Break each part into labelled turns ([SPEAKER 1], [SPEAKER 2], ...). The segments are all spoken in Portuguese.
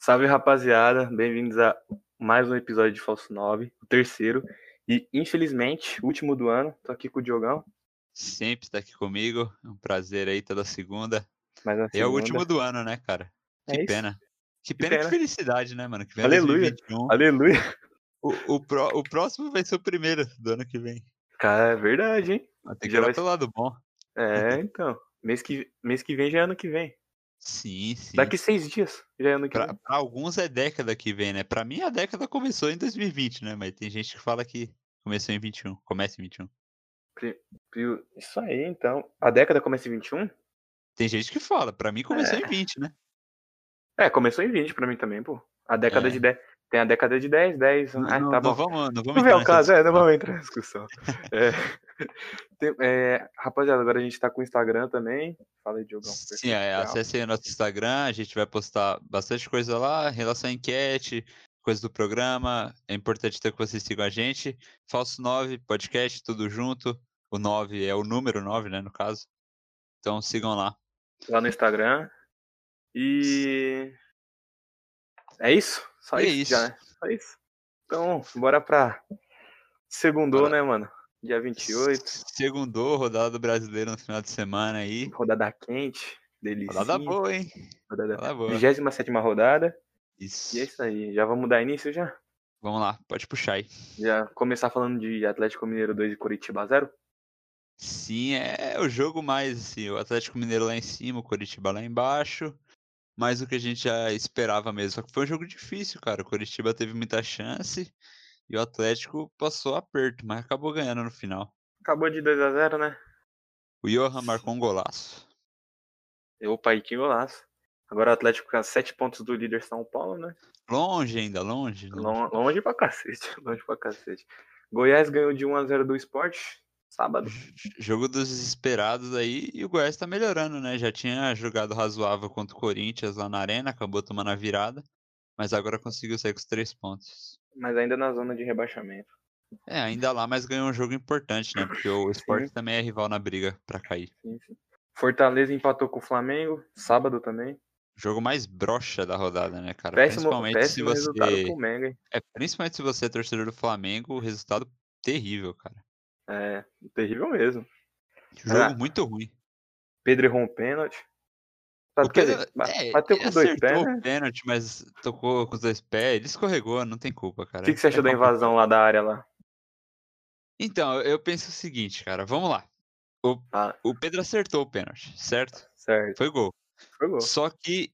[SPEAKER 1] Salve rapaziada, bem-vindos a mais um episódio de Falso 9, o terceiro e infelizmente último do ano. Tô aqui com o Diogão,
[SPEAKER 2] Sempre tá aqui comigo. É um prazer aí toda segunda.
[SPEAKER 1] mais uma
[SPEAKER 2] E é o
[SPEAKER 1] segunda.
[SPEAKER 2] último do ano, né, cara?
[SPEAKER 1] É
[SPEAKER 2] Que
[SPEAKER 1] isso.
[SPEAKER 2] pena. Que pena, que
[SPEAKER 1] pena.
[SPEAKER 2] felicidade, né, mano? Que vem
[SPEAKER 1] Aleluia.
[SPEAKER 2] 2021.
[SPEAKER 1] Aleluia.
[SPEAKER 2] O, o, pró- o próximo vai ser o primeiro do ano que vem.
[SPEAKER 1] Cara, é verdade, hein?
[SPEAKER 2] Mas Tem que
[SPEAKER 1] Já
[SPEAKER 2] olhar
[SPEAKER 1] vai
[SPEAKER 2] pelo lado bom.
[SPEAKER 1] É, então. Mês que, mês que vem já é ano que vem.
[SPEAKER 2] Sim, sim.
[SPEAKER 1] Daqui seis dias já é ano que
[SPEAKER 2] Pra,
[SPEAKER 1] vem.
[SPEAKER 2] pra alguns é década que vem, né? Pra mim a década começou em 2020, né? Mas tem gente que fala que começou em 21. Começa em 21.
[SPEAKER 1] Viu? Isso aí, então. A década começa em 21?
[SPEAKER 2] Tem gente que fala. Pra mim começou em 20, né?
[SPEAKER 1] É, começou em 20 pra mim também, pô. A década
[SPEAKER 2] É.
[SPEAKER 1] de 10. Tem a década de 10, 10.
[SPEAKER 2] Não,
[SPEAKER 1] Ah,
[SPEAKER 2] não-
[SPEAKER 1] tá
[SPEAKER 2] não
[SPEAKER 1] bom.
[SPEAKER 2] vamos, não vamos
[SPEAKER 1] Não vem
[SPEAKER 2] entrar
[SPEAKER 1] ao
[SPEAKER 2] nessa
[SPEAKER 1] caso, é, não vamos entrar na discussão. É. Tem- é, rapaziada, agora a gente tá com o Instagram também. Fala aí, Diogão.
[SPEAKER 2] Sim, é,
[SPEAKER 1] Legal.
[SPEAKER 2] acesse aí o nosso Instagram, a gente vai postar bastante coisa lá, em relação à enquete, coisa do programa. É importante ter que vocês sigam a gente. Falso 9, podcast, tudo junto. O 9 é o número 9, né, no caso. Então sigam lá.
[SPEAKER 1] Lá no Instagram. E. É isso? Só
[SPEAKER 2] E é
[SPEAKER 1] isso, já,
[SPEAKER 2] isso.
[SPEAKER 1] né? Só isso. Então, bora pra. Segundou,
[SPEAKER 2] Bora.
[SPEAKER 1] né, mano? Dia 28.
[SPEAKER 2] Segundou, rodada do brasileiro no final de semana aí.
[SPEAKER 1] Rodada quente. Delícia.
[SPEAKER 2] Rodada boa, hein?
[SPEAKER 1] Rodada...
[SPEAKER 2] Rodada boa.
[SPEAKER 1] 27 rodada.
[SPEAKER 2] Isso.
[SPEAKER 1] E é isso aí. Já vamos dar início já?
[SPEAKER 2] Vamos lá, pode puxar aí.
[SPEAKER 1] Já começar falando de Atlético Mineiro 2 e Curitiba 0?
[SPEAKER 2] Sim, é o jogo mais assim, o Atlético Mineiro lá em cima, o Coritiba lá embaixo. Mas o que a gente já esperava mesmo. Só que foi um jogo difícil, cara. O Coritiba teve muita chance e o Atlético passou aperto, mas acabou ganhando no final.
[SPEAKER 1] Acabou de 2 a 0 né?
[SPEAKER 2] O Johan marcou um golaço.
[SPEAKER 1] Opa, e que golaço. Agora o Atlético fica a 7 pontos do líder São Paulo, né?
[SPEAKER 2] Longe ainda, longe. longe.
[SPEAKER 1] Lon- Longe pra cacete, longe pra cacete. Goiás ganhou de 1 a 0 do esporte sábado.
[SPEAKER 2] Uhum. Jogo dos desesperados aí e o Goiás tá melhorando, né? Já tinha jogado razoável contra o Corinthians lá na arena, acabou tomando a virada, mas agora conseguiu sair com os três pontos.
[SPEAKER 1] Mas ainda na zona de rebaixamento.
[SPEAKER 2] É, ainda lá, mas ganhou um jogo importante, né? Porque o Sport também é rival na briga pra cair.
[SPEAKER 1] Sim, sim. Fortaleza empatou com o Flamengo, sábado também.
[SPEAKER 2] Jogo mais broxa da rodada, né, cara?
[SPEAKER 1] Péssimo,
[SPEAKER 2] principalmente
[SPEAKER 1] péssimo
[SPEAKER 2] se
[SPEAKER 1] resultado
[SPEAKER 2] você.
[SPEAKER 1] pro Menga, hein?
[SPEAKER 2] É, principalmente se você é torcedor do Flamengo, o resultado terrível, cara.
[SPEAKER 1] É, terrível mesmo.
[SPEAKER 2] Jogo
[SPEAKER 1] Ah,
[SPEAKER 2] muito ruim.
[SPEAKER 1] Pedro errou um pênalti.
[SPEAKER 2] O
[SPEAKER 1] Tá, quer
[SPEAKER 2] Pedro-
[SPEAKER 1] dizer, ba-
[SPEAKER 2] é,
[SPEAKER 1] bateu
[SPEAKER 2] ele
[SPEAKER 1] com dois
[SPEAKER 2] acertou
[SPEAKER 1] pés,
[SPEAKER 2] o
[SPEAKER 1] né?
[SPEAKER 2] pênalti, mas tocou com os dois pés. Ele escorregou, não tem culpa,
[SPEAKER 1] O
[SPEAKER 2] cara.
[SPEAKER 1] que, que você achou da
[SPEAKER 2] É complicado.
[SPEAKER 1] invasão lá da área lá?
[SPEAKER 2] Então, eu penso o seguinte, cara. Vamos lá. O,
[SPEAKER 1] Ah.
[SPEAKER 2] o Pedro acertou o pênalti, certo?
[SPEAKER 1] Certo,
[SPEAKER 2] Foi gol.
[SPEAKER 1] foi gol.
[SPEAKER 2] Só que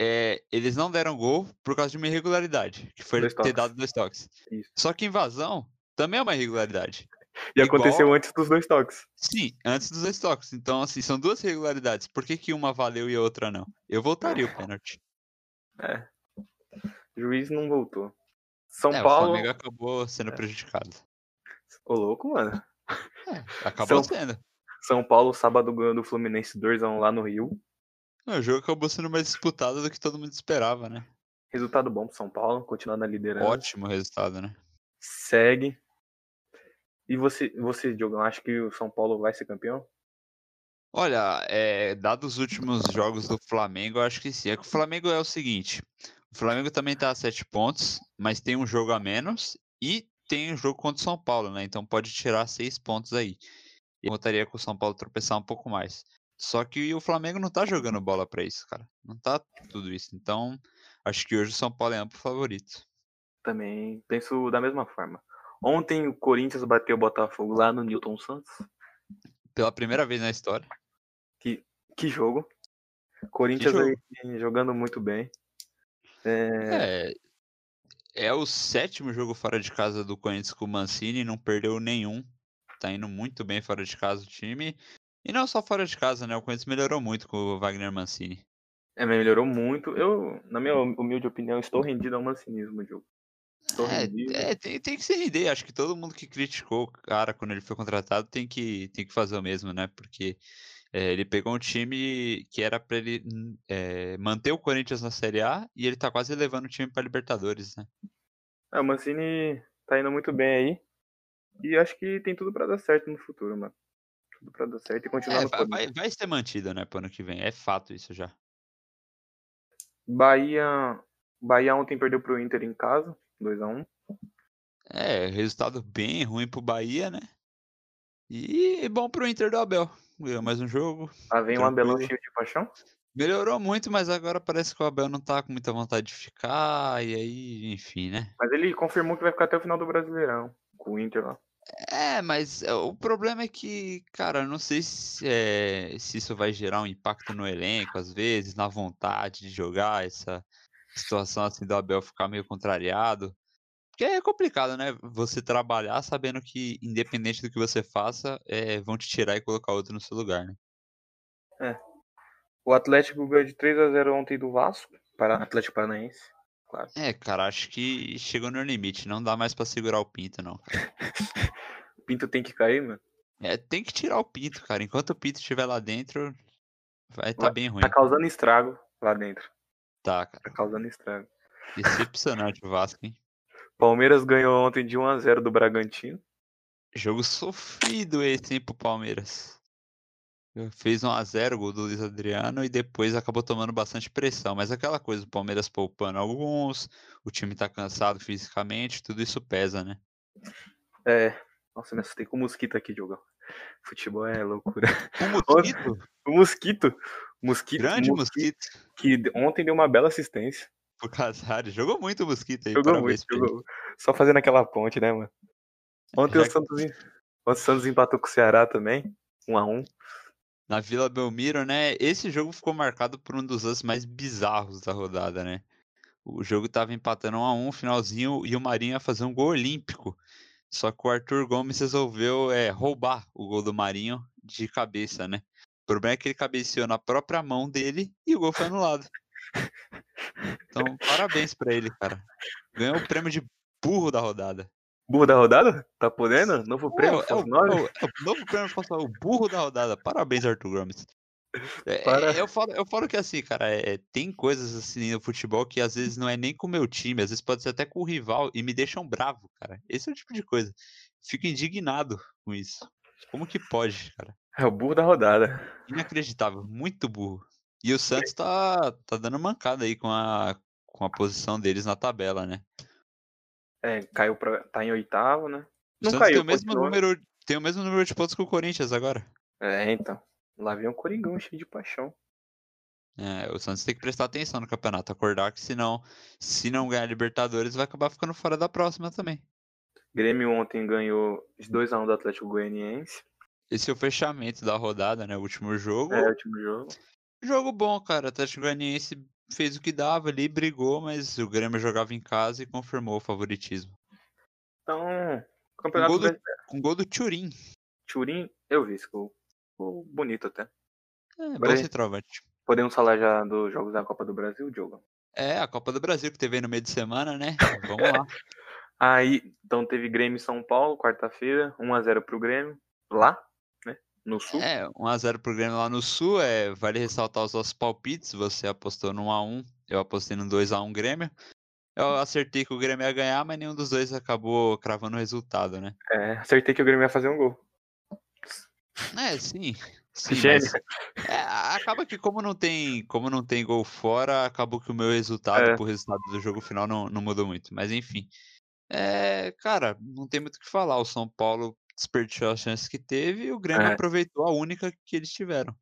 [SPEAKER 2] é, eles não deram gol por causa de uma irregularidade, que foi
[SPEAKER 1] Dois
[SPEAKER 2] ter
[SPEAKER 1] toques.
[SPEAKER 2] dado dois toques.
[SPEAKER 1] Isso.
[SPEAKER 2] Só que invasão também é uma irregularidade.
[SPEAKER 1] E
[SPEAKER 2] igual-
[SPEAKER 1] aconteceu antes dos dois toques.
[SPEAKER 2] Sim, antes dos dois toques. Então, assim, são duas irregularidades. Por que, que uma valeu e a outra não? Eu voltaria o pênalti.
[SPEAKER 1] O juiz não voltou. São
[SPEAKER 2] É, O
[SPEAKER 1] Paulo. É.
[SPEAKER 2] Flamengo acabou sendo prejudicado.
[SPEAKER 1] Ô, louco, mano.
[SPEAKER 2] É, acabou sendo.
[SPEAKER 1] São Paulo, sábado, ganhando o Fluminense 2x1 lá no Rio.
[SPEAKER 2] O jogo acabou sendo mais disputado do que todo mundo esperava, né?
[SPEAKER 1] Resultado bom pro São Paulo, continuando a liderança.
[SPEAKER 2] Ótimo resultado, né?
[SPEAKER 1] Segue. E você, você, Diogão, acha que o São Paulo vai ser campeão?
[SPEAKER 2] Olha, é, dados os últimos jogos do Flamengo, eu acho que sim. É que o Flamengo é o seguinte: o Flamengo também tá a sete pontos, mas tem um jogo a menos e tem um jogo contra o São Paulo, né? Então pode tirar seis pontos aí. Eu contaria com o São Paulo tropeçar um pouco mais. Só que o Flamengo não tá jogando bola pra isso, cara. Não tá tudo isso. Então, acho que hoje o São Paulo é amplo favorito.
[SPEAKER 1] Também penso da mesma forma. Ontem o Corinthians bateu o Botafogo lá no Newton Santos.
[SPEAKER 2] Pela primeira vez na história.
[SPEAKER 1] Que jogo. Corinthians
[SPEAKER 2] jogo.
[SPEAKER 1] aí jogando muito bem.
[SPEAKER 2] É, é o sétimo jogo fora de casa do Corinthians com o Mancini, não perdeu nenhum. Tá indo muito bem fora de casa o time. E não só fora de casa, né? O Corinthians melhorou muito com o Wagner Mancini.
[SPEAKER 1] É, melhorou muito. Eu, na minha humilde opinião, estou rendido ao mancinismo, Diogo. Estou rendido.
[SPEAKER 2] É, é, tem, tem que se render. Acho que todo mundo que criticou o cara quando ele foi contratado tem que, tem que fazer o mesmo, né? Porque é, ele pegou um time que era pra ele hum, é, manter o Corinthians na Série A e ele tá quase levando o time pra Libertadores, né?
[SPEAKER 1] É, o Mancini tá indo muito bem aí. E acho que tem tudo pra dar certo no futuro, mano. Tudo pra dar certo e continuar
[SPEAKER 2] É,
[SPEAKER 1] no
[SPEAKER 2] vai,
[SPEAKER 1] Corinthians.
[SPEAKER 2] vai- vai ser mantido, né, pro ano que vem. É fato isso já.
[SPEAKER 1] Bahia Bahia ontem perdeu pro Inter em casa, 2x1.
[SPEAKER 2] É, resultado bem ruim pro Bahia, né? E bom pro Inter do Abel. Ganhou mais um jogo.
[SPEAKER 1] Lá vem um
[SPEAKER 2] Tranquilo.
[SPEAKER 1] Abelão cheio de paixão.
[SPEAKER 2] Melhorou muito, mas agora parece que o Abel não tá com muita vontade de ficar. E aí, enfim, né?
[SPEAKER 1] Mas ele confirmou que vai ficar até o final do Brasileirão. Com o Inter lá.
[SPEAKER 2] É, mas é, o problema é que, cara, eu não sei se, é, se isso vai gerar um impacto no elenco, às vezes, na vontade de jogar, essa situação assim do Abel ficar meio contrariado. Porque é complicado, né? Você trabalhar sabendo que, independente do que você faça, é, vão te tirar e colocar outro no seu lugar, né?
[SPEAKER 1] O Atlético ganhou de 3x0 ontem do Vasco. Para Atlético Paranaense.
[SPEAKER 2] É, cara, acho que chegou no limite, não dá mais pra segurar o pinto, não. cara.
[SPEAKER 1] O Pinto tem que cair, mano.
[SPEAKER 2] É, tem que tirar o pinto, cara. Enquanto o pinto estiver lá dentro, vai tá bem ruim.
[SPEAKER 1] Tá causando estrago lá dentro.
[SPEAKER 2] Tá, cara.
[SPEAKER 1] Tá causando estrago.
[SPEAKER 2] Decepcionante o Vasco, hein?
[SPEAKER 1] Palmeiras ganhou ontem de 1x0 do Bragantino.
[SPEAKER 2] Jogo sofrido esse, hein, pro Palmeiras. Fez 1x0 o gol do Luiz Adriano e depois acabou tomando bastante pressão. Mas aquela coisa, o Palmeiras poupando alguns, o time tá cansado fisicamente, tudo isso pesa, né?
[SPEAKER 1] É. Nossa, me assustei com o mosquito aqui, Diogão. Futebol é loucura.
[SPEAKER 2] O mosquito,
[SPEAKER 1] O mosquito. Mosquito.
[SPEAKER 2] grande
[SPEAKER 1] Mosquito.
[SPEAKER 2] mosquito,
[SPEAKER 1] que ontem deu uma bela assistência.
[SPEAKER 2] pro Casares. Jogou muito o mosquito aí,
[SPEAKER 1] Jogou muito,
[SPEAKER 2] parabéns pra ele.
[SPEAKER 1] jogou. Só fazendo aquela ponte, né, mano? Ontem
[SPEAKER 2] Já
[SPEAKER 1] o Santos, en- ontem o Santos empatou com o Ceará também, 1 a 1
[SPEAKER 2] na Vila Belmiro, né? Esse jogo ficou marcado por um dos lances mais bizarros da rodada, né? O jogo tava empatando 1 a 1 finalzinho, e o Marinho ia fazer um gol olímpico. Só que o Arthur Gomes resolveu é, roubar o gol do Marinho de cabeça, né? O problema é que ele cabeceou na própria mão dele e o gol foi anulado. Então, parabéns pra ele, cara. Ganhou o prêmio de burro da rodada.
[SPEAKER 1] Burro da rodada? Tá podendo? Novo
[SPEAKER 2] Pô,
[SPEAKER 1] prêmio,
[SPEAKER 2] é, o,
[SPEAKER 1] Falso
[SPEAKER 2] é,
[SPEAKER 1] Nove?
[SPEAKER 2] o, é o novo prêmio Falso Nove, o burro da rodada. Parabéns, Arthur Gomes. É, é,
[SPEAKER 1] Para-
[SPEAKER 2] eu, falo, eu falo que assim, cara, é, tem coisas assim no futebol que às vezes não é nem com o meu time, às vezes pode ser até com o rival e me deixam bravo, cara. Esse é o tipo de coisa. Fico indignado com isso. Como que pode, cara?
[SPEAKER 1] É o burro da rodada.
[SPEAKER 2] Inacreditável, muito burro. E o Santos tá, tá dando mancada aí com a, com a posição deles na tabela, né?
[SPEAKER 1] É, caiu pra. tá em oitavo, né?
[SPEAKER 2] O
[SPEAKER 1] Não
[SPEAKER 2] Santos
[SPEAKER 1] caiu,
[SPEAKER 2] tem o mesmo
[SPEAKER 1] continua.
[SPEAKER 2] número, tem o mesmo número de pontos que o Corinthians agora.
[SPEAKER 1] É, então. Lá vem um Coringão cheio de paixão.
[SPEAKER 2] É, o Santos tem que prestar atenção no campeonato, acordar que senão, se não ganhar Libertadores, vai acabar ficando fora da próxima também.
[SPEAKER 1] Grêmio ontem ganhou de 2x1 do Atlético Goianiense.
[SPEAKER 2] Esse é o fechamento da rodada, né? O último jogo.
[SPEAKER 1] É o último jogo.
[SPEAKER 2] Jogo bom, cara. O Atlético Goianiense fez o que dava ali, brigou, mas o Grêmio jogava em casa e confirmou o favoritismo.
[SPEAKER 1] Então, Campeonato
[SPEAKER 2] gol do-
[SPEAKER 1] Brasileiro.
[SPEAKER 2] Com gol do Turim.
[SPEAKER 1] Turim, eu vi esse gol. Gol bonito até.
[SPEAKER 2] É, bom
[SPEAKER 1] Porém-
[SPEAKER 2] centroavante.
[SPEAKER 1] Podemos falar já dos jogos da Copa do Brasil, Diogo?
[SPEAKER 2] É, a Copa do Brasil que teve aí no meio de semana, né? Vamos lá.
[SPEAKER 1] Aí, então teve Grêmio e São Paulo, quarta-feira, 1x0 pro Grêmio, lá, né? No sul.
[SPEAKER 2] É, 1x0 pro Grêmio lá no Sul. É, vale ressaltar os nossos palpites. Você apostou no 1x1, eu apostei no 2x1 Grêmio. Eu acertei que o Grêmio ia ganhar, mas nenhum dos dois acabou cravando o resultado, né?
[SPEAKER 1] É, acertei que o Grêmio ia fazer um gol.
[SPEAKER 2] É, sim. sim
[SPEAKER 1] Gênio.
[SPEAKER 2] mas, é, a- acaba que como não tem, como não tem gol fora, acabou que o meu resultado
[SPEAKER 1] É.
[SPEAKER 2] pro resultado do jogo final não, não mudou muito. Mas enfim. É, cara, não tem muito o que falar. O São Paulo desperdiçou as chances que teve e o Grêmio
[SPEAKER 1] É.
[SPEAKER 2] aproveitou a única que eles tiveram.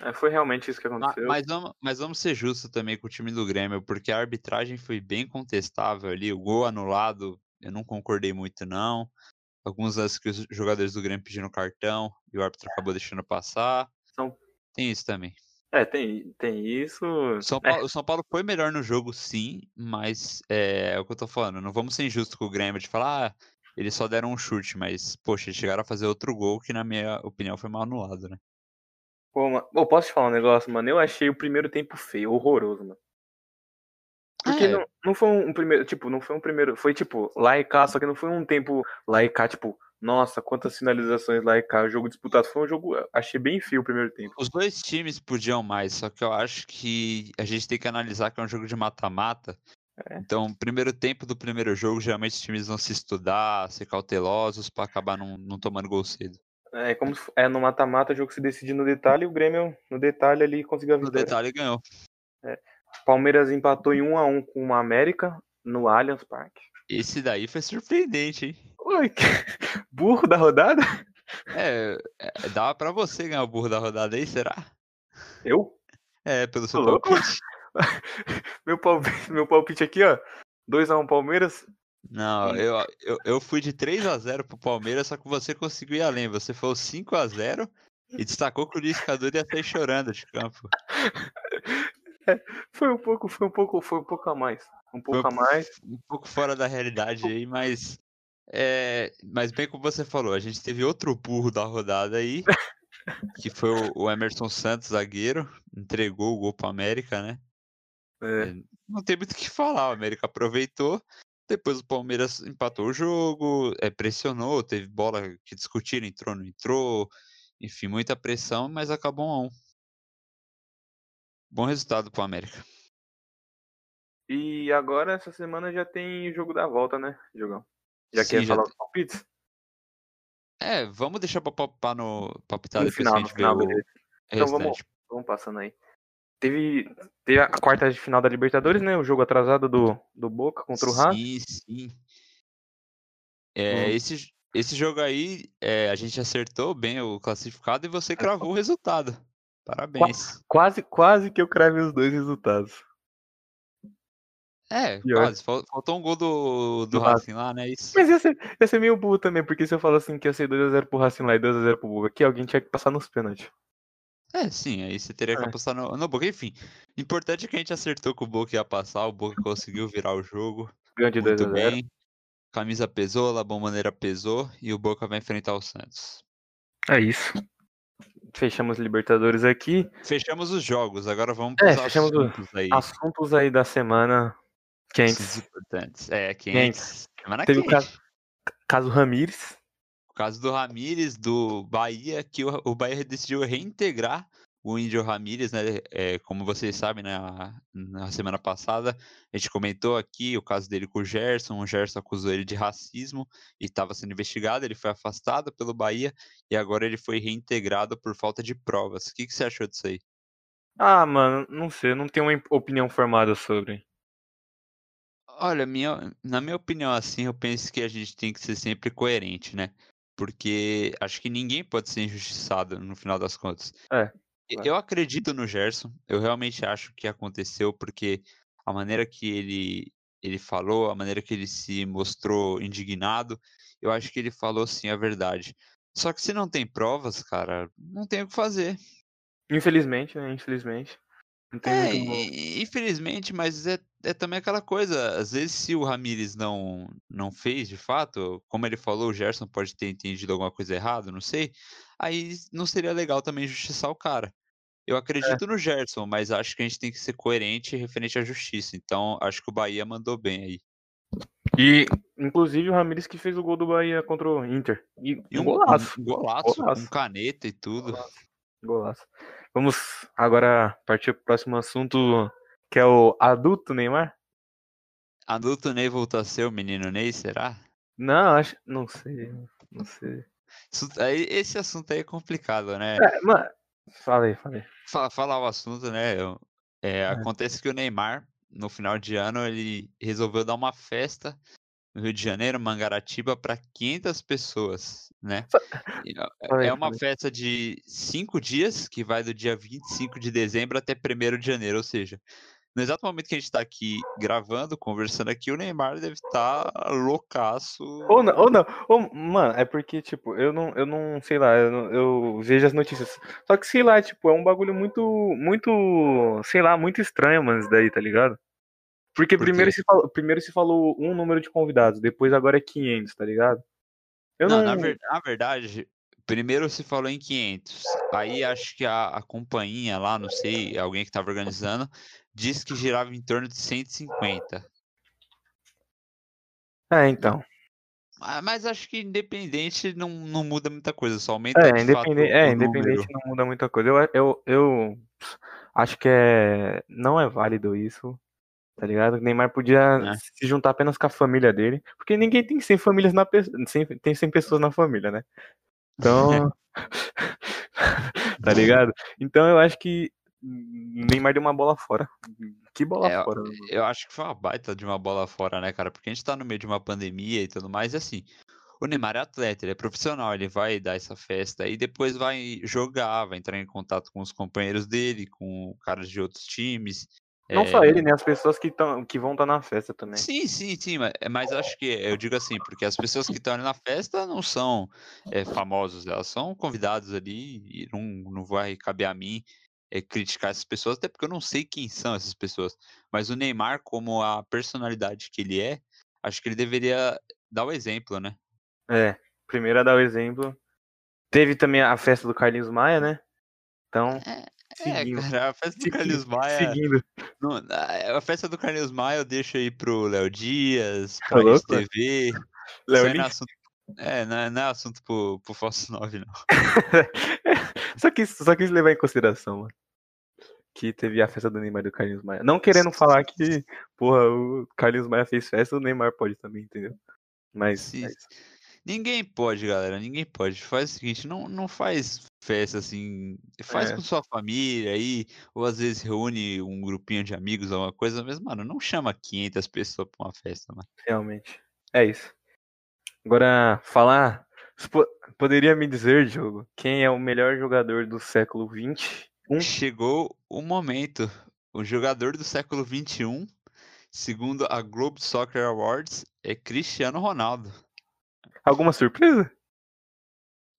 [SPEAKER 1] É, foi realmente isso que
[SPEAKER 2] Ma-
[SPEAKER 1] aconteceu.
[SPEAKER 2] Mas vamos, mas vamos ser justos também com o time do Grêmio, porque a arbitragem foi bem contestável ali. O gol anulado, eu não concordei muito, não. Alguns lances que os jogadores do Grêmio pediram cartão e o árbitro acabou deixando passar.
[SPEAKER 1] São-
[SPEAKER 2] Tem isso também.
[SPEAKER 1] É, tem, tem isso.
[SPEAKER 2] O São
[SPEAKER 1] É.
[SPEAKER 2] Paulo, o São Paulo foi melhor no jogo, sim, mas é, é o que eu tô falando. Não vamos ser injustos com o Grêmio de falar, ah, eles só deram um chute, mas, poxa, eles chegaram a fazer outro gol que, na minha opinião, foi mal anulado, né?
[SPEAKER 1] Pô, ma- Ô, posso te falar um negócio, mano? Eu achei o primeiro tempo feio, horroroso, mano. Porque
[SPEAKER 2] É,
[SPEAKER 1] não, não foi um primeiro, tipo, não foi um primeiro, foi tipo, lá e cá, só que não foi um tempo lá e cá, tipo, nossa, quantas finalizações lá e cá, o jogo disputado foi um jogo, eu achei bem feio o primeiro tempo.
[SPEAKER 2] Os dois times podiam mais, só que eu acho que a gente tem que analisar que é um jogo de mata-mata. Então, primeiro tempo do primeiro jogo, geralmente os times vão se estudar, ser cautelosos pra acabar não, não tomando gol cedo.
[SPEAKER 1] É como se, é no mata-mata, o jogo se decide no detalhe, e o Grêmio no detalhe ali conseguiu a
[SPEAKER 2] No
[SPEAKER 1] vitória.
[SPEAKER 2] detalhe, ganhou.
[SPEAKER 1] Palmeiras empatou em 1 a 1 com o América no Allianz Parque.
[SPEAKER 2] Esse daí foi surpreendente, hein?
[SPEAKER 1] Ui, que... burro da rodada?
[SPEAKER 2] É, é, dava pra você ganhar o burro da rodada aí, será?
[SPEAKER 1] Eu?
[SPEAKER 2] É, pelo seu
[SPEAKER 1] Tô louco?
[SPEAKER 2] palpite.
[SPEAKER 1] Meu palpite, meu palpite aqui, ó. 2 a 1 Palmeiras.
[SPEAKER 2] Não, eu, eu, eu fui de 3 a 0 pro Palmeiras, só que você conseguiu ir além. Você foi o 5 a 0 e destacou que o Luiz Cadu ia sair chorando de campo.
[SPEAKER 1] Foi um pouco, foi um pouco, foi um pouco a mais. Um pouco
[SPEAKER 2] Foi
[SPEAKER 1] a mais.
[SPEAKER 2] um pouco fora da realidade aí, mas. É, mas bem como você falou, a gente teve outro burro da rodada aí, que foi o, o Emerson Santos, zagueiro, entregou o gol pro América, né?
[SPEAKER 1] É,
[SPEAKER 2] Não tem muito o que falar, o América aproveitou, depois o Palmeiras empatou o jogo, é, pressionou, teve bola que discutiram, entrou, não entrou, enfim, muita pressão, mas acabou 1 a 1. Bom resultado pro América.
[SPEAKER 1] E agora, essa semana já tem jogo da volta, né, Jogão? Já
[SPEAKER 2] Sim,
[SPEAKER 1] quer
[SPEAKER 2] já
[SPEAKER 1] falar os palpites?
[SPEAKER 2] É, vamos deixar pra palpar no palpitar
[SPEAKER 1] No
[SPEAKER 2] depois
[SPEAKER 1] final,
[SPEAKER 2] que a
[SPEAKER 1] no
[SPEAKER 2] gente
[SPEAKER 1] final,
[SPEAKER 2] vê o
[SPEAKER 1] beleza. Então vamos-
[SPEAKER 2] restante.
[SPEAKER 1] Vamos passando aí. Teve, teve a quarta de final da Libertadores, né? O jogo atrasado do, do Boca contra o Racing.
[SPEAKER 2] Sim, sim. É,
[SPEAKER 1] Hum.
[SPEAKER 2] esse, j- esse jogo aí, é, a gente acertou bem o classificado e você cravou o resultado. Parabéns.
[SPEAKER 1] Quase, quase que eu cravei os dois resultados.
[SPEAKER 2] É,
[SPEAKER 1] Pior.
[SPEAKER 2] quase. Fal- Faltou um gol do,
[SPEAKER 1] Do
[SPEAKER 2] do
[SPEAKER 1] Racing.
[SPEAKER 2] Racing lá, né? Isso.
[SPEAKER 1] Mas ia ser, ia ser meio burro também, porque se eu falo assim que ia ser 2x0 pro Racing lá e 2x0 pro Boca aqui, alguém tinha que passar nos pênaltis.
[SPEAKER 2] É, sim, aí você teria que
[SPEAKER 1] É.
[SPEAKER 2] apostar no, no Boca. Enfim, importante é que a gente acertou que o Boca ia passar, o Boca conseguiu virar o jogo.
[SPEAKER 1] Ganhou de
[SPEAKER 2] Muito
[SPEAKER 1] 2x0.
[SPEAKER 2] bem. Camisa pesou, La Bombonera pesou e o Boca vai enfrentar o Santos.
[SPEAKER 1] É isso. Fechamos Libertadores aqui.
[SPEAKER 2] Fechamos os jogos, agora vamos
[SPEAKER 1] É,
[SPEAKER 2] pros
[SPEAKER 1] fechamos o-
[SPEAKER 2] assuntos aí.
[SPEAKER 1] Assuntos aí da semana
[SPEAKER 2] Assuntos
[SPEAKER 1] quentes.
[SPEAKER 2] importantes. É,
[SPEAKER 1] Quentes.
[SPEAKER 2] quentes. Semana
[SPEAKER 1] Teve o
[SPEAKER 2] quente.
[SPEAKER 1] caso- Caso Ramires.
[SPEAKER 2] O caso do Ramires, do Bahia, que o, o Bahia decidiu reintegrar o Índio Ramires, né? É, como vocês sabem, na, na semana passada, a gente comentou aqui o caso dele com o Gerson. O Gerson acusou ele de racismo e estava sendo investigado. Ele foi afastado pelo Bahia e agora ele foi reintegrado por falta de provas. O que, que você achou disso aí?
[SPEAKER 1] Ah, mano, não sei, eu não tenho uma im- opinião formada sobre.
[SPEAKER 2] Olha, minha, na minha opinião, assim, eu penso que a gente tem que ser sempre coerente, né? Porque acho que ninguém pode ser injustiçado no final das contas.
[SPEAKER 1] É,
[SPEAKER 2] E-
[SPEAKER 1] claro.
[SPEAKER 2] Eu acredito no Gerson, eu realmente acho que aconteceu, porque a maneira que ele, ele falou, a maneira que ele se mostrou indignado, eu acho que ele falou sim a verdade. Só que se não tem provas, cara, não tem o que fazer.
[SPEAKER 1] Infelizmente, né? Infelizmente. Não tem
[SPEAKER 2] É,
[SPEAKER 1] muito.
[SPEAKER 2] e- infelizmente, mas é, é também aquela coisa, às vezes se o Ramires não não fez de fato, como ele falou, o Gerson pode ter entendido alguma coisa errada, não sei, aí não seria legal também injustiçar o cara.
[SPEAKER 1] É.
[SPEAKER 2] Eu acredito no Gerson, mas acho que a gente tem que ser coerente referente à justiça, então acho que o Bahia mandou bem aí.
[SPEAKER 1] E, inclusive, o Ramires que fez o gol do Bahia contra o Inter. E,
[SPEAKER 2] E
[SPEAKER 1] um golaço.
[SPEAKER 2] Um golaço, com
[SPEAKER 1] Golaço.
[SPEAKER 2] caneta e tudo.
[SPEAKER 1] Golaço. Vamos agora partir pro próximo assunto, que é o adulto Neymar?
[SPEAKER 2] Adulto Ney voltou a ser o menino Ney, será?
[SPEAKER 1] Não, acho. Não sei. Não sei.
[SPEAKER 2] Isso- aí- Esse assunto aí é complicado, né?
[SPEAKER 1] É, mano. Falei, falei.
[SPEAKER 2] fa- falar o assunto, né? eu- é, acontece que o Neymar, no final de ano, ele resolveu dar uma festa no Rio de Janeiro, Mangaratiba, para 500 pessoas, né? E, ó,
[SPEAKER 1] falei
[SPEAKER 2] É uma
[SPEAKER 1] falei.
[SPEAKER 2] festa de cinco dias, que vai do dia 25 de dezembro até 1 de janeiro, ou seja, no exato momento que a gente está aqui gravando, conversando aqui, o Neymar deve estar loucaço.
[SPEAKER 1] Ou não, ou não. Ou, mano, é porque, tipo, eu não, eu não sei lá, eu, não- eu vejo as notícias. Só que, sei lá, tipo, é um bagulho muito, muito, sei lá, muito estranho, mano, isso daí, tá ligado? Porque
[SPEAKER 2] Por
[SPEAKER 1] primeiro
[SPEAKER 2] quê?
[SPEAKER 1] se, falou, primeiro se falou um número de convidados, depois agora é 500, tá ligado? Eu
[SPEAKER 2] Não,
[SPEAKER 1] não.
[SPEAKER 2] na, ver- na verdade, primeiro se falou em 500. Aí acho que a, a companhia lá, não sei, alguém que estava organizando, disse que girava em torno de 150.
[SPEAKER 1] É, então.
[SPEAKER 2] Ah, Mas acho que independente não, não muda muita coisa, só aumenta
[SPEAKER 1] É,
[SPEAKER 2] Então, de fato
[SPEAKER 1] independente, é,
[SPEAKER 2] o
[SPEAKER 1] independente
[SPEAKER 2] número.
[SPEAKER 1] não muda muita coisa. Eu, eu, eu acho que é, não é válido isso, tá ligado? O Neymar podia
[SPEAKER 2] É.
[SPEAKER 1] se juntar apenas com a família dele, porque ninguém tem 100 famílias na pe- 100 tem 100 pessoas na família, né? Então, tá ligado? Então eu acho que Neymar deu uma bola fora. Que bola
[SPEAKER 2] É,
[SPEAKER 1] fora. né?
[SPEAKER 2] Eu acho que foi uma baita de uma bola fora, né, cara? Porque a gente tá no meio de uma pandemia e tudo mais, e assim, o Neymar é atleta, ele é profissional, ele vai dar essa festa e depois vai jogar, vai entrar em contato com os companheiros dele, com caras de outros times.
[SPEAKER 1] Não
[SPEAKER 2] é,
[SPEAKER 1] só ele, né? As pessoas que, tão, que vão estar na festa também.
[SPEAKER 2] Sim, sim, sim, ma- é, mas acho que eu digo assim, porque as pessoas que estão ali na festa não são é, famosos, elas são convidados ali e não, não vai caber a mim é, criticar essas pessoas, até porque eu não sei quem são essas pessoas. Mas o Neymar, como a personalidade que ele é, acho que ele deveria dar o exemplo, né?
[SPEAKER 1] É, primeiro a dar o exemplo. Teve também a festa do Carlinhos Maia, né? Então, seguindo.
[SPEAKER 2] É, cara, a festa do
[SPEAKER 1] seguindo,
[SPEAKER 2] Carlos Maia.
[SPEAKER 1] seguindo.
[SPEAKER 2] não- a a festa do Carlos Maia eu deixo aí pro Léo Dias,
[SPEAKER 1] Tá
[SPEAKER 2] pra
[SPEAKER 1] louco?
[SPEAKER 2] TV.
[SPEAKER 1] Léo
[SPEAKER 2] não é
[SPEAKER 1] Lins.
[SPEAKER 2] assunto, é, não é, não é assunto pro, pro Falso 9, não.
[SPEAKER 1] Só quis, só quis levar em consideração, mano. Que teve a festa do Neymar e do Carlinhos Maia. Não querendo falar que, porra, o Carlinhos Maia fez festa, o Neymar pode também, entendeu? Mas.
[SPEAKER 2] Sim.
[SPEAKER 1] é isso.
[SPEAKER 2] Ninguém pode, galera. Ninguém pode. Faz o seguinte, não, não faz festa assim. Faz
[SPEAKER 1] É.
[SPEAKER 2] com sua família aí, ou às vezes reúne um grupinho de amigos, alguma coisa, mas, mano, não chama 500 pessoas pra uma festa, mano.
[SPEAKER 1] Realmente. É isso. Agora, falar. você po- Poderia me dizer, Diogo, quem é o melhor jogador do século XX?
[SPEAKER 2] Hum.
[SPEAKER 1] Um
[SPEAKER 2] Chegou o momento. O jogador do século XXI, segundo a Globe Soccer Awards, é Cristiano Ronaldo.
[SPEAKER 1] Alguma surpresa?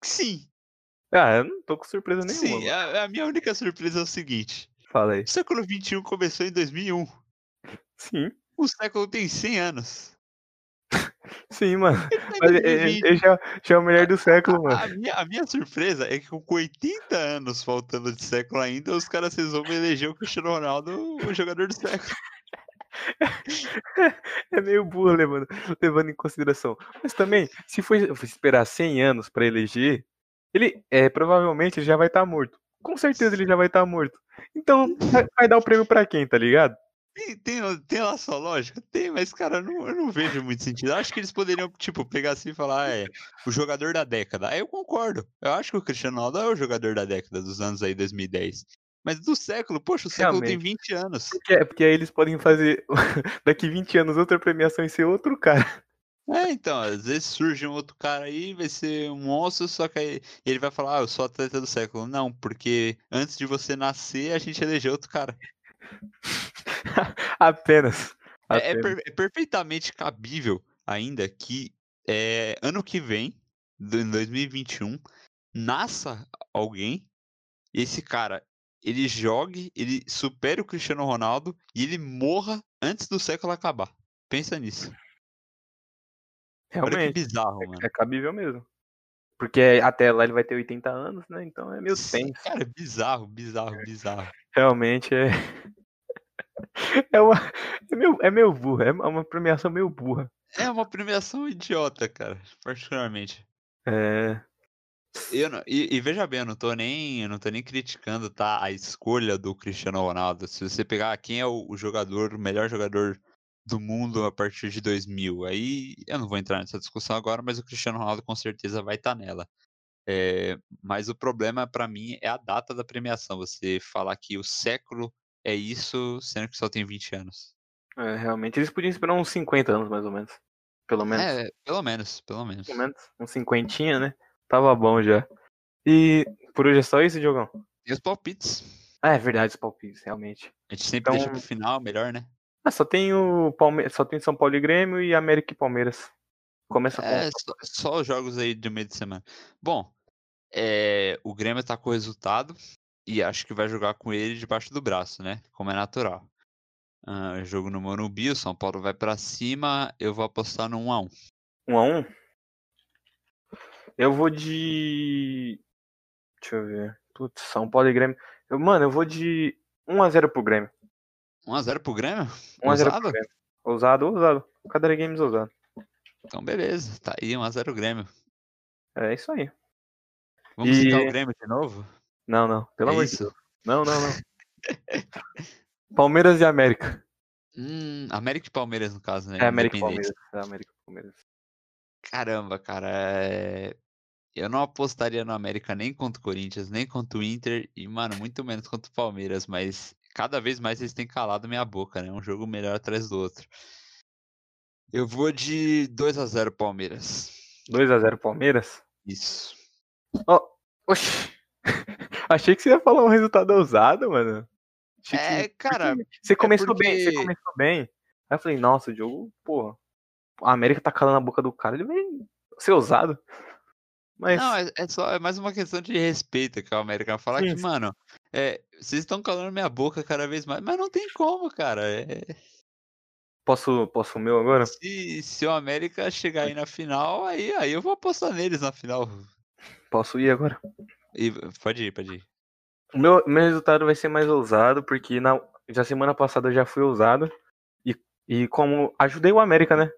[SPEAKER 2] Sim,
[SPEAKER 1] Ah, eu não tô com surpresa nenhuma.
[SPEAKER 2] sim.
[SPEAKER 1] mano.
[SPEAKER 2] A, a minha única surpresa é o seguinte:
[SPEAKER 1] Fala aí.
[SPEAKER 2] o século XXI começou em 2001.
[SPEAKER 1] Sim,
[SPEAKER 2] O século tem 100 anos.
[SPEAKER 1] sim, mano.
[SPEAKER 2] Ele tá em
[SPEAKER 1] Mas
[SPEAKER 2] 2020.
[SPEAKER 1] ele é já, já é o melhor do século, mano.
[SPEAKER 2] A a minha, a minha surpresa é que com 80 anos faltando de século ainda, os caras resolvem eleger o Cristiano Ronaldo o jogador do século.
[SPEAKER 1] É meio burro levando, levando em consideração. Mas também, se for esperar 100 anos pra eleger, ele é, provavelmente ele já vai estar morto. Com certeza ele já vai estar morto. Então, vai- vai dar o prêmio pra quem, tá ligado?
[SPEAKER 2] Tem, tem, tem lá sua lógica? Tem, mas, cara, eu não, eu não vejo muito sentido. Acho que eles poderiam, tipo, pegar assim e falar, "Ah, é, o jogador da década. Aí eu concordo. Eu acho que o Cristiano Ronaldo é o jogador da década dos anos aí 2010. Mas do século, poxa, o século tem 20 anos.
[SPEAKER 1] Porque, é, porque aí eles podem fazer daqui 20 anos outra premiação e ser outro cara.
[SPEAKER 2] É, então, às vezes surge um outro cara aí, vai ser um monstro, só que aí ele vai falar, ah, eu sou atleta do século. Não, porque antes de você nascer, a gente elegeu outro cara.
[SPEAKER 1] Apenas.
[SPEAKER 2] É, é
[SPEAKER 1] Apenas.
[SPEAKER 2] per- é perfeitamente cabível ainda que é, ano que vem, do- em 2021, nasça alguém, e esse cara, ele jogue, ele supere o Cristiano Ronaldo e ele morra antes do século acabar. Pensa nisso. Olha que
[SPEAKER 1] Realmente.
[SPEAKER 2] bizarro, mano.
[SPEAKER 1] É cabível mesmo. Porque é, até lá ele vai ter 80 anos, né? Então é meio
[SPEAKER 2] Sim,
[SPEAKER 1] tenso.
[SPEAKER 2] Cara, bizarro, bizarro, bizarro.
[SPEAKER 1] Realmente é. É, uma... é, meio... é meio burra. É uma premiação meio burra.
[SPEAKER 2] É uma premiação idiota, cara, particularmente.
[SPEAKER 1] É.
[SPEAKER 2] Eu não- e, e veja bem, eu não tô nem, eu não tô nem criticando, tá, a escolha do Cristiano Ronaldo. Se você pegar quem é o, o jogador, o melhor jogador do mundo a partir de 2000, aí eu não vou entrar nessa discussão agora, mas o Cristiano Ronaldo com certeza vai estar nela. É, mas o problema pra mim é a data da premiação. Você falar que o século é isso, sendo que só tem 20 anos.
[SPEAKER 1] é, realmente. Eles podiam esperar uns 50 anos, mais ou menos. Pelo menos.
[SPEAKER 2] É, pelo menos, pelo menos.
[SPEAKER 1] Pelo menos. Uns 50, né? Tava bom já. E por hoje é só isso, Diogão?
[SPEAKER 2] E os palpites?
[SPEAKER 1] Ah, é verdade, os palpites, realmente.
[SPEAKER 2] A gente sempre deixa
[SPEAKER 1] Então-
[SPEAKER 2] pro final, melhor, né?
[SPEAKER 1] Ah, só tem o Palme... só tem São Paulo e Grêmio e América e Palmeiras. Começa com.
[SPEAKER 2] É, só, só os jogos aí de meio de semana. Bom, é, o Grêmio tá com o resultado e acho que vai jogar com ele debaixo do braço, né? Como é natural. Ah, jogo no Morumbi, o São Paulo vai pra cima, eu vou apostar no 1x1.
[SPEAKER 1] 1 a 1 Eu vou de. Deixa eu ver. Putz, São Paulo e Grêmio. Eu- mano, eu vou de 1x0 pro Grêmio.
[SPEAKER 2] 1x0 pro Grêmio?
[SPEAKER 1] 1x0 pro
[SPEAKER 2] Ousado?
[SPEAKER 1] Grêmio. Ousado, ousado. Cadê Games ousado?
[SPEAKER 2] Então beleza, tá aí 1x0 Grêmio.
[SPEAKER 1] É isso aí.
[SPEAKER 2] Vamos citar
[SPEAKER 1] E-
[SPEAKER 2] o Grêmio de novo?
[SPEAKER 1] Não, não. Pelo
[SPEAKER 2] É
[SPEAKER 1] amor de
[SPEAKER 2] isso?
[SPEAKER 1] Deus. Não, não, não. Palmeiras e América.
[SPEAKER 2] Hum, América e Palmeiras no caso, né?
[SPEAKER 1] É América e
[SPEAKER 2] Independente.
[SPEAKER 1] Palmeiras. É América e Palmeiras.
[SPEAKER 2] Caramba, cara, é, eu não apostaria no América nem contra o Corinthians, nem contra o Inter e, mano, muito menos contra o Palmeiras, mas, cada vez mais eles têm calado minha boca, né? Um jogo melhor atrás do outro. Eu vou de 2 a 0 Palmeiras.
[SPEAKER 1] 2x0 Palmeiras?
[SPEAKER 2] Isso.
[SPEAKER 1] Oxi! Achei que você ia falar um resultado ousado, mano. Achei que-
[SPEAKER 2] É, cara,
[SPEAKER 1] Porque Você começou
[SPEAKER 2] porque-
[SPEAKER 1] bem, você começou bem. Aí eu falei, nossa, o Diogo, porra. A América tá calando a boca do cara, ele vai ser ousado. Mas.
[SPEAKER 2] Não, é, é só é mais uma questão de respeito que o América fala
[SPEAKER 1] Sim,
[SPEAKER 2] que,
[SPEAKER 1] sim.
[SPEAKER 2] mano, é, vocês estão calando minha boca cada vez mais, mas não tem como, cara. É,
[SPEAKER 1] Posso, posso o meu agora?
[SPEAKER 2] se, se o América chegar aí na final, aí, aí eu vou apostar neles na final.
[SPEAKER 1] Posso ir agora?
[SPEAKER 2] E, pode ir, pode ir.
[SPEAKER 1] O meu, meu resultado vai ser mais ousado, porque na, já semana passada eu já fui ousado. E, e como ajudei o América, né?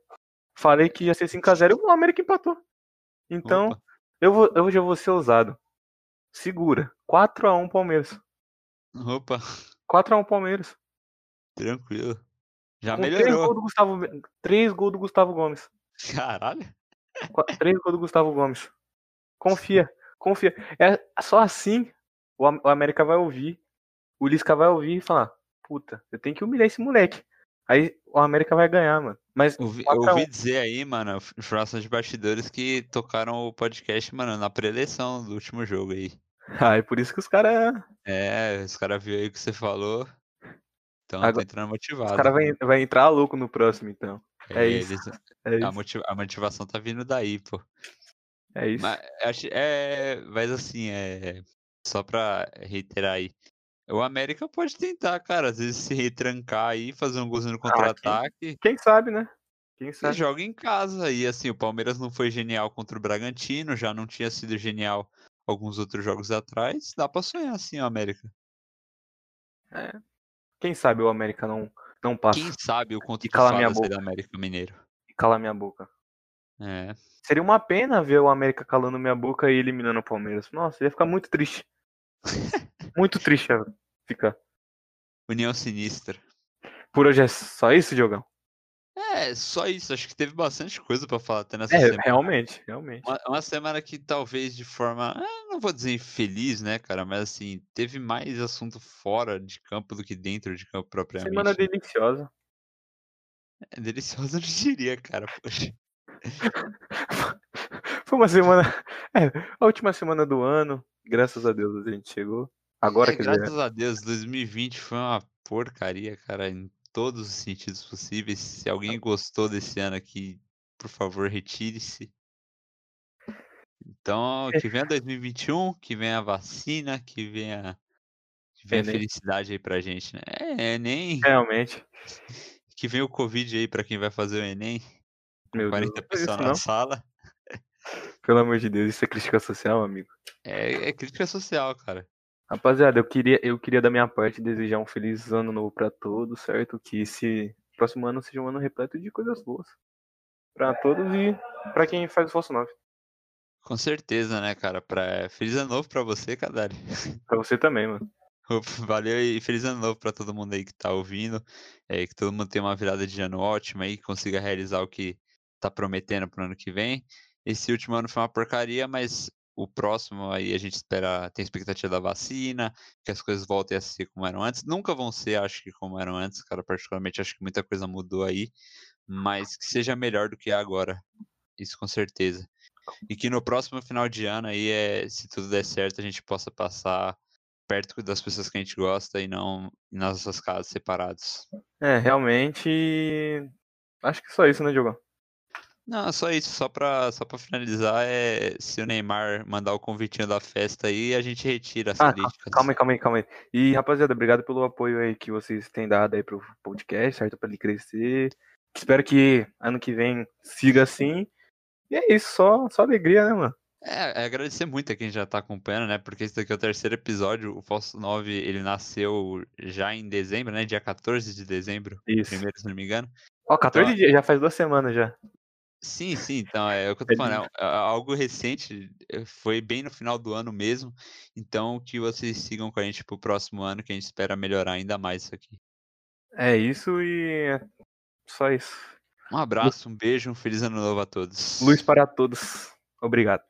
[SPEAKER 1] Falei que ia ser 5x0 e o América empatou. Então,
[SPEAKER 2] Opa.
[SPEAKER 1] eu, vou, eu já vou ser ousado. Segura. 4x1 Palmeiras.
[SPEAKER 2] Opa,
[SPEAKER 1] 4x1 Palmeiras.
[SPEAKER 2] tranquilo. Já
[SPEAKER 1] Com três
[SPEAKER 2] Tá, melhorou.
[SPEAKER 1] gols do Gustavo, Be- três gols do Gustavo Gomes.
[SPEAKER 2] Caralho.
[SPEAKER 1] Qua- Três gols do Gustavo Gomes. Confia, confia. É só assim o, Am- o América vai ouvir, o Lisca vai ouvir e falar: puta, eu tenho que humilhar esse moleque. Aí o América vai ganhar, mano. Mas
[SPEAKER 2] Ouvi,
[SPEAKER 1] Quatro a
[SPEAKER 2] ouvi dizer aí, mano, f- informações de bastidores que tocaram o podcast, mano, na preleção do último jogo aí.
[SPEAKER 1] ah, é por isso que os caras
[SPEAKER 2] É, os caras viram aí o que você falou. Então
[SPEAKER 1] Agora-
[SPEAKER 2] tá entrando motivado.
[SPEAKER 1] os cara vai, vai entrar louco no próximo, então. É isso,
[SPEAKER 2] eles-
[SPEAKER 1] É
[SPEAKER 2] a,
[SPEAKER 1] isso.
[SPEAKER 2] motiva- a motivação tá vindo daí, pô.
[SPEAKER 1] É isso.
[SPEAKER 2] Mas, acho- é, mas assim, é, só pra reiterar aí. O América pode tentar, cara, às vezes se retrancar aí, fazer um golzinho
[SPEAKER 1] Ah,
[SPEAKER 2] no contra-ataque.
[SPEAKER 1] Quem sabe, né? Quem
[SPEAKER 2] Você
[SPEAKER 1] sabe?
[SPEAKER 2] joga em casa. E assim, o Palmeiras não foi genial contra o Bragantino, já não tinha sido genial alguns outros jogos atrás. Dá pra sonhar assim, o América.
[SPEAKER 1] Quem sabe o América não, não passa
[SPEAKER 2] Quem sabe o contra
[SPEAKER 1] E cala minha
[SPEAKER 2] do América Mineiro.
[SPEAKER 1] e cala minha boca.
[SPEAKER 2] É.
[SPEAKER 1] Seria uma pena ver o América calando minha boca e eliminando o Palmeiras. Nossa, ia ficar muito triste. muito triste é, ia ficar.
[SPEAKER 2] União Sinistra.
[SPEAKER 1] Por hoje é só isso, Diogão?
[SPEAKER 2] É, só isso. Acho que teve bastante coisa pra falar até nessa
[SPEAKER 1] É,
[SPEAKER 2] semana.
[SPEAKER 1] realmente, realmente.
[SPEAKER 2] Uma, uma semana que talvez de forma, ah, não vou dizer infeliz, né, cara, mas assim, teve mais assunto fora de campo do que dentro de campo propriamente.
[SPEAKER 1] Semana
[SPEAKER 2] né?
[SPEAKER 1] deliciosa.
[SPEAKER 2] É delicioso, eu não diria, cara. Poxa.
[SPEAKER 1] Foi uma semana. É, a última semana do ano. Graças a Deus a gente chegou. Agora
[SPEAKER 2] É,
[SPEAKER 1] que
[SPEAKER 2] graças a Deus, 2020 foi uma porcaria, cara, em todos os sentidos possíveis. Se alguém gostou desse ano aqui, por favor, retire-se. Então, que venha 2021, que venha a vacina, que venha, que venha
[SPEAKER 1] Enem.
[SPEAKER 2] felicidade aí pra gente, né? É, nem
[SPEAKER 1] realmente.
[SPEAKER 2] que venha o Covid aí pra quem vai fazer o Enem,
[SPEAKER 1] Meu
[SPEAKER 2] 40
[SPEAKER 1] Deus. Mas
[SPEAKER 2] pessoas
[SPEAKER 1] isso
[SPEAKER 2] na
[SPEAKER 1] não,
[SPEAKER 2] sala.
[SPEAKER 1] pelo amor de Deus, isso é crítica social, amigo.
[SPEAKER 2] É, é crítica social, cara.
[SPEAKER 1] Rapaziada, eu queria, eu queria da minha parte desejar um feliz ano novo pra todos, certo? Que esse próximo ano seja um ano repleto de coisas boas. Pra todos e pra quem faz o Falso 9.
[SPEAKER 2] Com certeza, né, cara? Pra... Feliz ano novo pra você, Kadari.
[SPEAKER 1] Pra você também, mano.
[SPEAKER 2] Opa, Valeu e feliz ano novo para todo mundo aí que tá ouvindo. É, que todo mundo tenha uma virada de ano ótima aí, que consiga realizar o que tá prometendo pro ano que vem. Esse último ano foi uma porcaria, mas o próximo aí a gente espera, tem expectativa da vacina, que as coisas voltem a ser como eram antes. Nunca vão ser, acho que como eram antes, cara, particularmente acho que muita coisa mudou aí, mas que seja melhor do que é agora. Isso com certeza. E que no próximo final de ano aí, é, se tudo der certo, a gente possa passar perto das pessoas que a gente gosta e não nas nossas casas separados.
[SPEAKER 1] É, realmente. Acho que só isso, né, Diogão?
[SPEAKER 2] Não, é só isso, só pra, só pra finalizar, é se o Neymar mandar o convitinho da festa aí, a gente retira as
[SPEAKER 1] Ah,
[SPEAKER 2] críticas.
[SPEAKER 1] Calma aí, calma aí, calma aí. E, rapaziada, obrigado pelo apoio aí que vocês têm dado aí pro podcast, certo? Pra ele crescer. Espero que ano que vem siga assim. E é isso, só, só alegria, né, mano?
[SPEAKER 2] É, é agradecer muito a quem já tá acompanhando, né? Porque esse daqui é o terceiro episódio, o Falso 9, ele nasceu já em dezembro, né? Dia 14 de dezembro,
[SPEAKER 1] Isso.
[SPEAKER 2] primeiro, se não me engano.
[SPEAKER 1] Ó, 14
[SPEAKER 2] Então-
[SPEAKER 1] dias, já faz duas semanas já.
[SPEAKER 2] Sim, sim, então é o que eu tô
[SPEAKER 1] É
[SPEAKER 2] falando, é a- algo recente, é, foi bem no final do ano mesmo, então que vocês sigam com a gente pro próximo ano, que a gente espera melhorar ainda mais isso aqui.
[SPEAKER 1] É isso e. é Só isso.
[SPEAKER 2] Um abraço, um beijo, um feliz ano novo a todos.
[SPEAKER 1] Luz para todos. Obrigado.